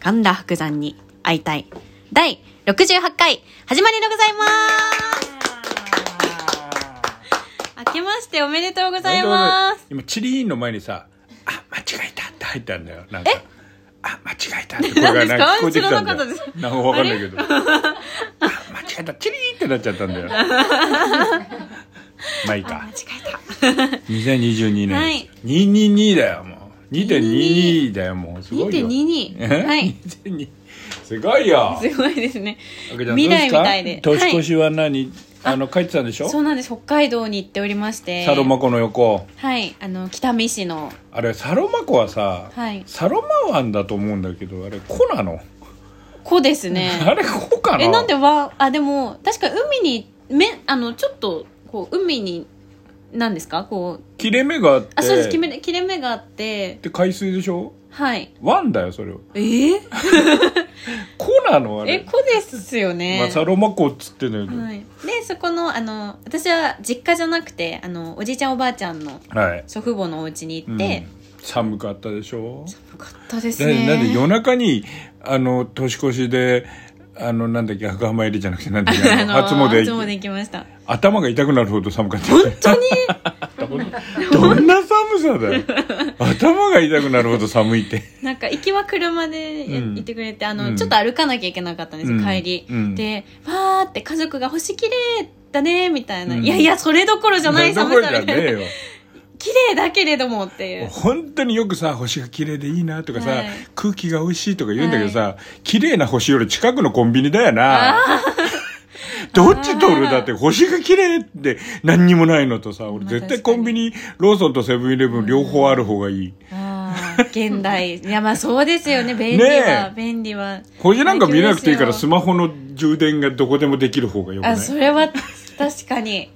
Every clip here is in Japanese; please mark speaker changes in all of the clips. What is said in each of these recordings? Speaker 1: 神田伯山に会いたい。第68回、始まりでございます明けましておめでとうございます
Speaker 2: 今チリーンの前にさ「あ間違えた」って入ったんだよなんか「あ間違えた」って声がなんか聞こえてきたんだよ
Speaker 1: 何ですか知らなかったです
Speaker 2: なんかわかんないけ ど「あ間違えたチリーン」ってなっちゃったんだよまあいい
Speaker 1: あ、間
Speaker 2: か
Speaker 1: 違えた。
Speaker 2: 2022年です、
Speaker 1: はい
Speaker 2: 222だよもう2.22だよもうすごいよ
Speaker 1: 2.22。はい。
Speaker 2: 2.2すごいよ
Speaker 1: すごいですね。
Speaker 2: あけちゃん
Speaker 1: 未来み
Speaker 2: どうすか
Speaker 1: たいで。
Speaker 2: 年越
Speaker 1: は
Speaker 2: しは何、あの帰ってたんでしょ
Speaker 1: い。そうなんです。北海道に行っておりまして。
Speaker 2: サロマ湖の横
Speaker 1: はい。あの、北見市の。
Speaker 2: あれサロマ湖はさ、
Speaker 1: はい
Speaker 2: サロマ湾だと思うんだけどあれ湖なの、
Speaker 1: 湖ですね。
Speaker 2: あれ湖かな
Speaker 1: えなんでわあでも確か海にめあのちょっとこう海になんですかこう
Speaker 2: 切れ目があって
Speaker 1: あそうです切れ目切れ目があって
Speaker 2: で海水でしょ
Speaker 1: はい
Speaker 2: 湾だよそれは
Speaker 1: えー、
Speaker 2: 湖なのあ
Speaker 1: え
Speaker 2: れ、
Speaker 1: 子ですよね
Speaker 2: ま、あ、サロマ湖っつってんだけど
Speaker 1: はい、でそこのあの私は実家じゃなくてあのおじいちゃんおばあちゃんの
Speaker 2: はい、
Speaker 1: 祖父母のお家に行
Speaker 2: う
Speaker 1: っ
Speaker 2: ん
Speaker 1: て、
Speaker 2: 寒かったでしょ
Speaker 1: よかったです
Speaker 2: だ
Speaker 1: ね
Speaker 2: なんで夜中にあの年越しであのなんだっけ白浜入りじゃなくてなんだ っけあの初
Speaker 1: 初詣
Speaker 2: 詣
Speaker 1: 行きました
Speaker 2: 頭が痛くなるほど寒かった
Speaker 1: 本当 に
Speaker 2: どんな寒さだよ頭が痛くなるほど寒いって
Speaker 1: なんか行きは車でや
Speaker 2: うん
Speaker 1: 行ってくれて、あの、
Speaker 2: うん
Speaker 1: ちょっと歩かなきゃいけなかったんですよ、
Speaker 2: うん
Speaker 1: 帰り、
Speaker 2: うん
Speaker 1: でわーって家族が星綺麗だねみたいな、
Speaker 2: うん
Speaker 1: いやいやそれどころじゃない
Speaker 2: どこ
Speaker 1: 寒
Speaker 2: ろ
Speaker 1: さ
Speaker 2: じゃ
Speaker 1: みた
Speaker 2: ねえ
Speaker 1: いな
Speaker 2: よ
Speaker 1: 綺麗だけれどもっていう
Speaker 2: 本当によくさ星が綺麗でいいなとかさ、
Speaker 1: はい
Speaker 2: 空気が美味しいとか言うんだけどさ、綺麗な星より近くのコンビニだよなどっち取る
Speaker 1: あー
Speaker 2: だって星が綺麗って何にもないのとさ俺
Speaker 1: まあ
Speaker 2: 絶対
Speaker 1: 確かに
Speaker 2: コンビニローソンとセブンイレブン両方ある方がいい、
Speaker 1: あー現 代いやまあそうですよね便利は、
Speaker 2: ねえ
Speaker 1: 便利は
Speaker 2: 星なんか見なくていいか
Speaker 1: 最強で
Speaker 2: ら
Speaker 1: す
Speaker 2: ス
Speaker 1: よ
Speaker 2: マホの充電がどこでもできる方がよくな
Speaker 1: あ
Speaker 2: い
Speaker 1: それは確かに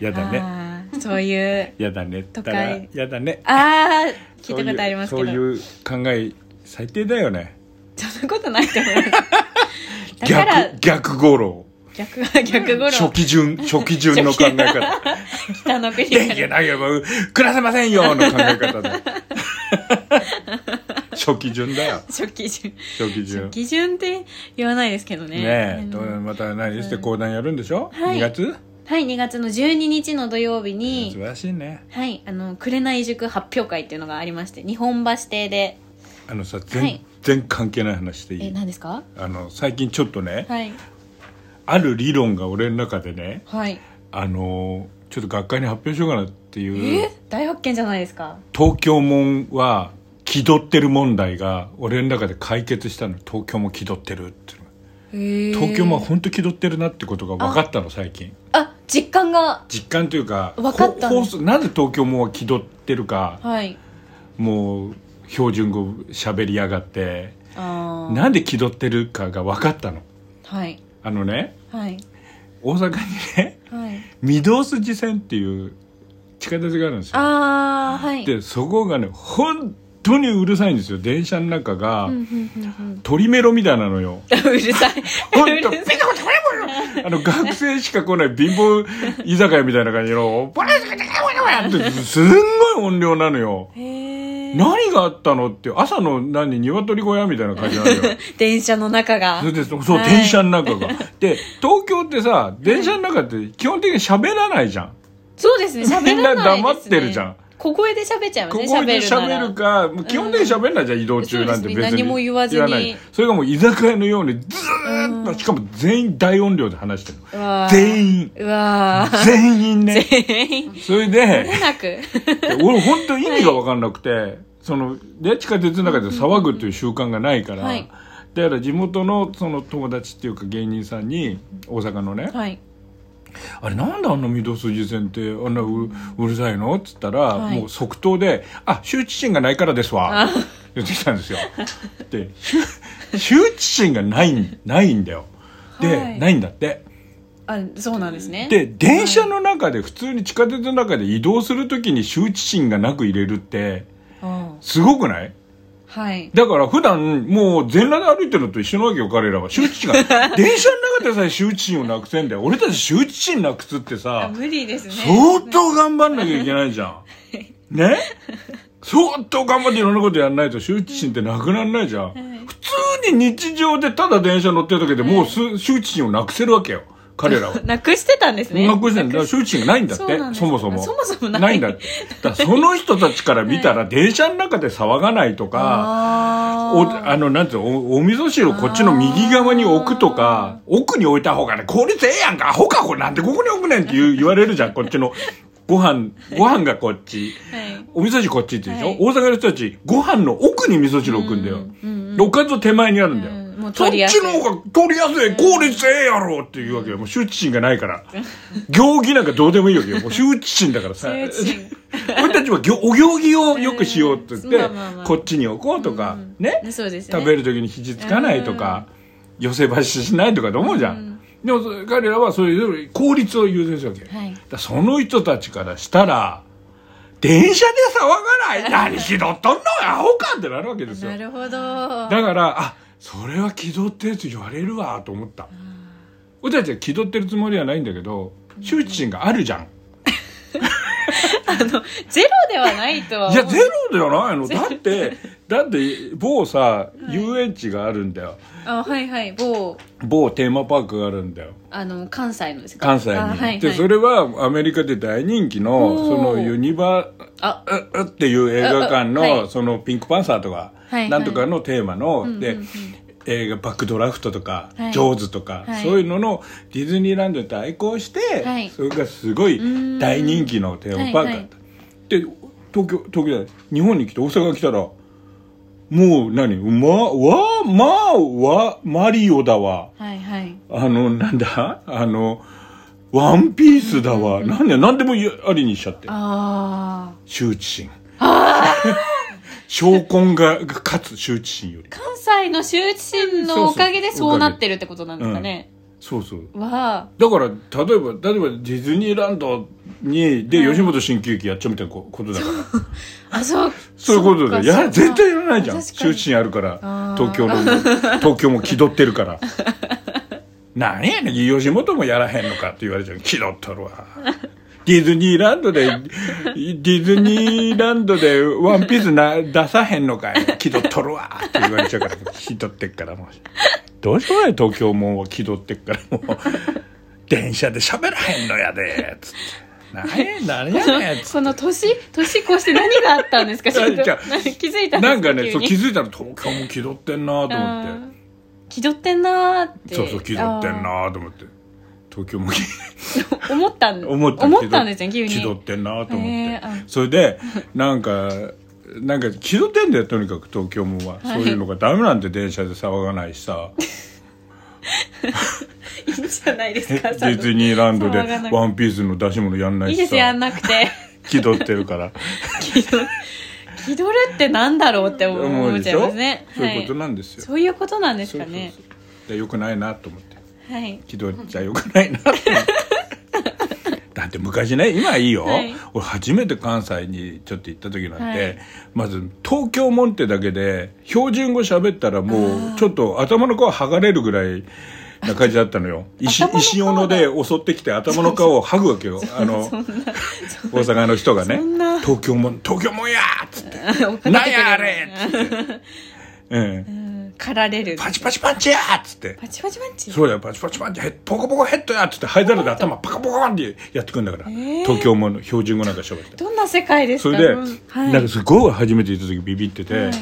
Speaker 2: やだね
Speaker 1: あーそう いう
Speaker 2: やだねっ
Speaker 1: 都
Speaker 2: たら
Speaker 1: 会
Speaker 2: やだね
Speaker 1: あー聞いたことありますけど
Speaker 2: そういうそういう考え最低だよね
Speaker 1: そんなことないと思いますだから
Speaker 2: 逆逆五郎
Speaker 1: 逆は逆頃
Speaker 2: 初期順初期順の考え方
Speaker 1: 北の国から
Speaker 2: 電気投げれば暮らせませんよの考え方だ 初期順だよ
Speaker 1: 初期順
Speaker 2: 初期順ね
Speaker 1: 基準って言わないですけどね
Speaker 2: え
Speaker 1: うん
Speaker 2: どうまた何して講談やるんでしょ、
Speaker 1: はい
Speaker 2: 2月
Speaker 1: はい2月の12日の土曜日
Speaker 2: 素晴
Speaker 1: に
Speaker 2: らしいね
Speaker 1: はいあの紅塾発表会っていうのがありまして日本橋邸で
Speaker 2: あのさ
Speaker 1: は
Speaker 2: 全
Speaker 1: い
Speaker 2: 然関係ない話でいい、
Speaker 1: え何ですか
Speaker 2: あの最近ちょっとね、
Speaker 1: はい
Speaker 2: ある理論が俺の中でね
Speaker 1: はい
Speaker 2: あのーちょっと学会に発表しようかなって
Speaker 1: え
Speaker 2: いう
Speaker 1: 大発見じゃないですか
Speaker 2: 東京門は気取ってる問題が俺の中で解決したの東京も気取ってるっていうのが東
Speaker 1: 東
Speaker 2: 京も本当気取ってるなってことが分かったの最近
Speaker 1: あ実感が
Speaker 2: 実感というか
Speaker 1: 分かった
Speaker 2: ほ放送なぜ東京も気取ってるか
Speaker 1: はい
Speaker 2: もう標準語喋りやがって
Speaker 1: あー
Speaker 2: なんで気取ってるかが分かったの
Speaker 1: はい
Speaker 2: あのね
Speaker 1: はい
Speaker 2: 大阪にね
Speaker 1: はい
Speaker 2: 御堂筋線っていう地下鉄があるんですよ
Speaker 1: あーはい
Speaker 2: でそこがね本当にうるさいんですよ電車の中が、
Speaker 1: うんうんうん
Speaker 2: 鳥メロみたいなのよ
Speaker 1: うんうるさい
Speaker 2: 本
Speaker 1: う
Speaker 2: 当
Speaker 1: る
Speaker 2: 見
Speaker 1: さい
Speaker 2: たことないもんよあの学生しか来ない貧乏居酒屋みたいな感じの「バラバラバラってすんごい音量なのよ
Speaker 1: へー
Speaker 2: 何があったのって朝の何鶏小屋みたいな感じな のよ
Speaker 1: 電車の中が
Speaker 2: それでそうそう、
Speaker 1: はい
Speaker 2: 電車の中 がで東京ってさ電車の中って基本的に喋らないじゃん
Speaker 1: そうですね、喋らないです、ね。
Speaker 2: みんな黙ってるじゃん。
Speaker 1: 小声で喋っちゃいます
Speaker 2: こ
Speaker 1: ね、
Speaker 2: こで
Speaker 1: 喋るな
Speaker 2: 喋
Speaker 1: ら
Speaker 2: る。かもう基本的に喋んないじゃん、移動中なんて
Speaker 1: そう
Speaker 2: 別
Speaker 1: で
Speaker 2: に
Speaker 1: すね何も言わずに
Speaker 2: ないそれがもう居酒屋のようにずーっとしかも全員大音量で話してる
Speaker 1: うわー
Speaker 2: 全員
Speaker 1: うわー
Speaker 2: 全員 ね
Speaker 1: 全員。
Speaker 2: それ
Speaker 1: 漏
Speaker 2: で
Speaker 1: れなく。
Speaker 2: 俺本当意味が分かんなくて、そので地下鉄の中で騒ぐという習慣がないから、
Speaker 1: はい
Speaker 2: だから地元のその友達っていうか芸人さんに大阪のね、
Speaker 1: はい。
Speaker 2: あれなんであんな御堂筋線ってあんなううるさいのっつったら、
Speaker 1: はい
Speaker 2: もう即答で「あ羞恥心がないからですわ」言ってきたんですよ。で羞羞恥心がないんないんだよ。で、
Speaker 1: はい
Speaker 2: ないんだって。
Speaker 1: あ、そうなんですね。
Speaker 2: で電車の中で普通に地下鉄の中で移動するときに羞恥心がなく入れるって
Speaker 1: うん
Speaker 2: すごくない
Speaker 1: はい。
Speaker 2: だから普段もう全裸で歩いてるのと一緒なわけよ彼らは羞恥心 が電車の中でさえ羞恥心をなくせんだよ俺たち羞恥心なくすって
Speaker 1: あ
Speaker 2: さ
Speaker 1: 無理ですね。
Speaker 2: 相当頑張んなきゃいけないじゃ んね相当頑張っていろんなことやんないと羞恥心ってなくならないじゃん、普通に日常でただ電車乗ってるだけでもうす羞恥心をなくせるわけよ彼らは
Speaker 1: なくしてたんですね
Speaker 2: なくしてんだから
Speaker 1: なくし
Speaker 2: 羞恥心がないんだって
Speaker 1: そう
Speaker 2: そ
Speaker 1: なんです
Speaker 2: もそも
Speaker 1: そもそもない
Speaker 2: ないんだってだからその人たちから見たら電車の中で騒がないとか
Speaker 1: あ
Speaker 2: お
Speaker 1: ー
Speaker 2: あのなんていうのおお味噌汁をこっちの右側に置くとか奥に置いた方がね効率ええやんかアホかこれなんでここに置くねんって言う言われるじゃんこっちのご飯ご飯がこっち
Speaker 1: はい
Speaker 2: お味噌汁こっちって言うでしょ、
Speaker 1: はい
Speaker 2: 大阪の人たちご飯の奥に味噌汁置くんだよ、
Speaker 1: うん うん
Speaker 2: でおかず手前にあるんだよ、
Speaker 1: うんもう
Speaker 2: そっ
Speaker 1: 取りやすい
Speaker 2: ちの方が取りやすい効率ええやろっていうわけよもう羞恥心がな いから行儀なんかどうでもいいわけよもう羞恥心だからさ
Speaker 1: 羞恥心
Speaker 2: 俺たちは行お行儀をよくしようって言って、
Speaker 1: うんまあまあまあ
Speaker 2: こっちに置こうとか、
Speaker 1: うん
Speaker 2: ね
Speaker 1: そうですね
Speaker 2: 食べる時に肘つかないとか、寄せ橋しないとかと思うじゃん、でもそ彼らはそういう効率を優先するわけ、
Speaker 1: はい
Speaker 2: だからその人たちからしたら電車で騒がない何拾っとんのアホかってなるわけですよ
Speaker 1: な
Speaker 2: だ
Speaker 1: るほど
Speaker 2: からあそれは気取ってると言われるわと思った俺たちは気取ってるつもりはないんだけど羞恥心があるじゃん
Speaker 1: あのゼロではないとはい思う
Speaker 2: やゼロではないのだってだって某さ遊園地があるんだよ
Speaker 1: あはいはい某
Speaker 2: 某テーマパークがあるんだよ
Speaker 1: あの関西のですか
Speaker 2: 関西に、
Speaker 1: あはいはい
Speaker 2: でそれはアメリカで大人気の
Speaker 1: おー
Speaker 2: そのユニバ
Speaker 1: あ
Speaker 2: ううっていう映画館の、
Speaker 1: ううはい
Speaker 2: そのピンクパンサーとか、
Speaker 1: はいはい
Speaker 2: なんとかのテーマの、
Speaker 1: うんうんうん
Speaker 2: で映画「バックドラフト」とか「
Speaker 1: はい
Speaker 2: ジョーズ」とか、
Speaker 1: はい
Speaker 2: そういうののディズニーランドに対抗して、
Speaker 1: はい
Speaker 2: それがすごい
Speaker 1: ーん
Speaker 2: 大人気のテーマパークだった、で東京東京じゃない日本に来て大阪に来たらもう何まわまわマリオだわ
Speaker 1: はいはい
Speaker 2: あのなんだあのワンピースだわ、なんでなんでもありにしちゃって
Speaker 1: ああ
Speaker 2: 羞恥心。 証拠がが勝つ羞恥心より。
Speaker 1: 関西の羞恥心のおかげで
Speaker 2: そうそう
Speaker 1: そうなってるってことなんですかね、
Speaker 2: そうそう。
Speaker 1: わ
Speaker 2: だから、例えば、例えばディズニーランドに、で、
Speaker 1: はい
Speaker 2: 吉本新喜劇やっちゃうみたいなこことだから。
Speaker 1: ああそう
Speaker 2: そういうことで。い
Speaker 1: そっ
Speaker 2: や、
Speaker 1: か
Speaker 2: 絶対やらないじゃん。
Speaker 1: 確か
Speaker 2: 羞
Speaker 1: に
Speaker 2: 恥心あるから
Speaker 1: あ、ー
Speaker 2: 東京の、東京も気取ってるから。 なんやねん、吉本もやらへんのかって言われちゃう。気取っとるわ。ディズニーランドで、ディズニーランドでワンピースな出さへんのかい。気取っとるわって言われちゃうから、気取ってっからもう。どうしようもない東京も気取ってっからもう。電車で喋らへんのやで、つって。なんや、なんや ねん、つって。
Speaker 1: この年年越して何があったんですか ちょっと
Speaker 2: いやじゃあ
Speaker 1: 気づいたんです
Speaker 2: なんかね、
Speaker 1: 急
Speaker 2: そう
Speaker 1: に
Speaker 2: 気づいたら東京も気取ってんなと
Speaker 1: あ
Speaker 2: 思っ
Speaker 1: ー気取ってんなーって
Speaker 2: て。そうそう、気取ってんなと思って。東京も気
Speaker 1: あー思ったんです
Speaker 2: 思った
Speaker 1: 思ったんですよ急に
Speaker 2: 気取ってんなと思
Speaker 1: へ
Speaker 2: っ
Speaker 1: ー
Speaker 2: て
Speaker 1: あ。
Speaker 2: それで、なんか、なんか気取ってんだよ、とにかく東京もは。そういうのがダメなんて電車で騒がない しさ。
Speaker 1: いいんじゃないです
Speaker 2: デ
Speaker 1: かさ
Speaker 2: ィズニーランドで
Speaker 1: 騒がなく
Speaker 2: ワンピースの出し物やんない
Speaker 1: い
Speaker 2: し
Speaker 1: い
Speaker 2: さ。
Speaker 1: ですやんなく て
Speaker 2: 気取ってるから。
Speaker 1: 気取気取るってなんだ ろうって
Speaker 2: 思
Speaker 1: 思
Speaker 2: う
Speaker 1: っ
Speaker 2: で
Speaker 1: ちゃ
Speaker 2: し
Speaker 1: い
Speaker 2: ょ
Speaker 1: ますね
Speaker 2: そういうこと
Speaker 1: はい
Speaker 2: なんですよ。
Speaker 1: そういうことなんです
Speaker 2: そう
Speaker 1: か
Speaker 2: そう
Speaker 1: ね
Speaker 2: そう。よくないなと思って。
Speaker 1: はい
Speaker 2: 気取っちゃよくないなって思ってだって昔ね今はいいよ、
Speaker 1: はい
Speaker 2: 俺初めて関西にちょっと行った時なんて、
Speaker 1: はい
Speaker 2: まず東京もんってだけで標準語喋ったらもうちょっと頭の皮剥がれるぐらいな感じだったのよ石
Speaker 1: 頭の皮
Speaker 2: 石斧で襲ってきて頭の皮を剥ぐわ けよあの大阪の人がね
Speaker 1: そんな
Speaker 2: 「東京もん東京もんや!」っつって
Speaker 1: 追っか
Speaker 2: 「
Speaker 1: けてくる
Speaker 2: なんやあれ!」っつって「う ん、
Speaker 1: うん狩られる
Speaker 2: パチパチパチや!」っつって
Speaker 1: パチパチパチ
Speaker 2: そうだよ、パチパチパチ、ヘッポコポコヘッドやっつって、灰皿で頭パカポコンってやってくんだから、
Speaker 1: えー
Speaker 2: 東京もの標準語なんか喋って。
Speaker 1: どんな世界です
Speaker 2: そ
Speaker 1: か
Speaker 2: れで、
Speaker 1: うんはい
Speaker 2: なんかすごい初めて行った時ビビってて、
Speaker 1: はい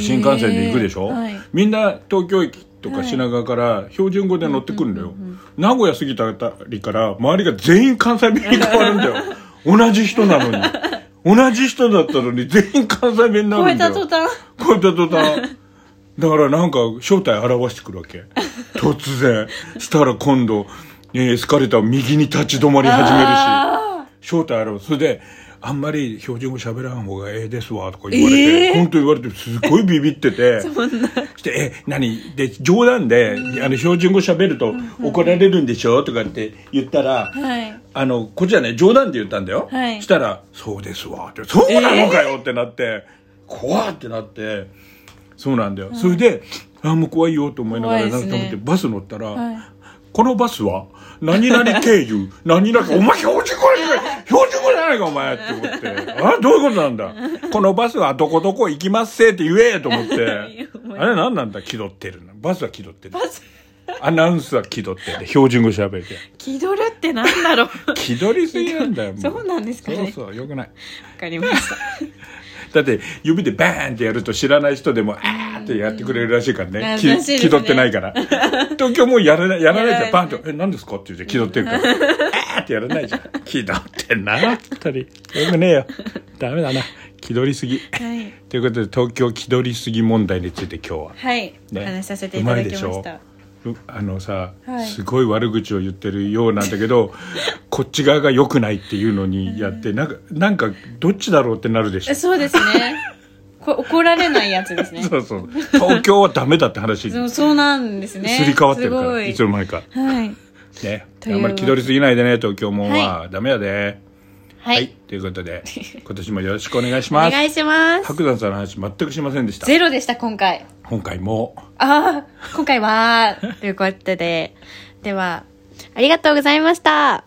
Speaker 2: 新幹線で行くでしょ、
Speaker 1: えーはい
Speaker 2: みんな東京駅とか品川から標準語で乗ってくるんだよ、名古屋過ぎたあたりから周りが全員関西弁に変わるんだよ同じ人なのに同じ人だったのに全員関西弁にな
Speaker 1: 超
Speaker 2: る
Speaker 1: え
Speaker 2: んだ
Speaker 1: た
Speaker 2: よ
Speaker 1: 途端
Speaker 2: こうやった途端だからなんか正体表してくるわけ突然したら今度、ね、エスカレーターを右に立ち止まり始めるし
Speaker 1: あ
Speaker 2: 正体表すそれであんまり標準語喋らん方がええですわとか言われて、
Speaker 1: えー
Speaker 2: 本当言われてすごいビビっ ててそして「え何で冗談であの標準語喋ると怒られるんでしょ?」とかって言ったら、
Speaker 1: ーはい
Speaker 2: あの、こっちはね、冗談で言ったんだよ。
Speaker 1: はい
Speaker 2: したら、そうですわ。って、そうなのかよってなって、怖っってなって、そうなんだよ。それで、あ、もう怖いよと思いながら、
Speaker 1: 怖いで
Speaker 2: なん
Speaker 1: す
Speaker 2: か
Speaker 1: ね
Speaker 2: と思って、バス乗ったら、
Speaker 1: はい
Speaker 2: このバスは、何々経 由、何々、お前標準語じゃない標準語じゃないか、お前って思って、あ、どういうことなんだこのバスはどこどこ行きますせって言えと思って
Speaker 1: いや、ね
Speaker 2: あれ何なんだ気取ってるのバスは気取ってる
Speaker 1: まず
Speaker 2: アナウンスは気取ってる標準語喋って
Speaker 1: 気取るってなんだろう
Speaker 2: 気取りすぎなんだよも
Speaker 1: そうなんですかね
Speaker 2: そうそうよくない
Speaker 1: わかりました
Speaker 2: だって指でバーンってやると知らない人でもあーってやってくれるらしいからね
Speaker 1: うん
Speaker 2: 気
Speaker 1: らしいですね
Speaker 2: 気取ってないから 東京もうやらないやらないじゃん
Speaker 1: や
Speaker 2: バ
Speaker 1: ら
Speaker 2: ー
Speaker 1: ない
Speaker 2: ンって「え何ですか?」って言って気取ってるから「あーってやらないじゃん気取ってんな二人よくねえよダメだな気取りすぎ
Speaker 1: はい、
Speaker 2: ということで東京気取りすぎ問題について今日は
Speaker 1: はい
Speaker 2: ね
Speaker 1: お話しさせていただきま
Speaker 2: うまい
Speaker 1: し
Speaker 2: で
Speaker 1: た
Speaker 2: うあのさ、
Speaker 1: はい
Speaker 2: すごい悪口を言ってるようなんだけどこっち側が良くないっていうのにやってなんかなんかどっちだろうってなるでしょ
Speaker 1: えそうですねこ怒られないやつですね
Speaker 2: そうそう東京はダメだって話に
Speaker 1: そうそうなんですね
Speaker 2: すり替わってるか
Speaker 1: す
Speaker 2: ら
Speaker 1: ご
Speaker 2: い
Speaker 1: い
Speaker 2: つの間にか、
Speaker 1: はい
Speaker 2: ね、あ
Speaker 1: というん
Speaker 2: まり気取りすぎないでね東京もは、
Speaker 1: は
Speaker 2: ダメやで
Speaker 1: はい、
Speaker 2: ということで今年もよろしくお願い し
Speaker 1: お
Speaker 2: ます
Speaker 1: 願いします
Speaker 2: 白山さんの話全くしませんでした
Speaker 1: ゼロでした今回
Speaker 2: 今回も
Speaker 1: ああ今回はということでではありがとうございました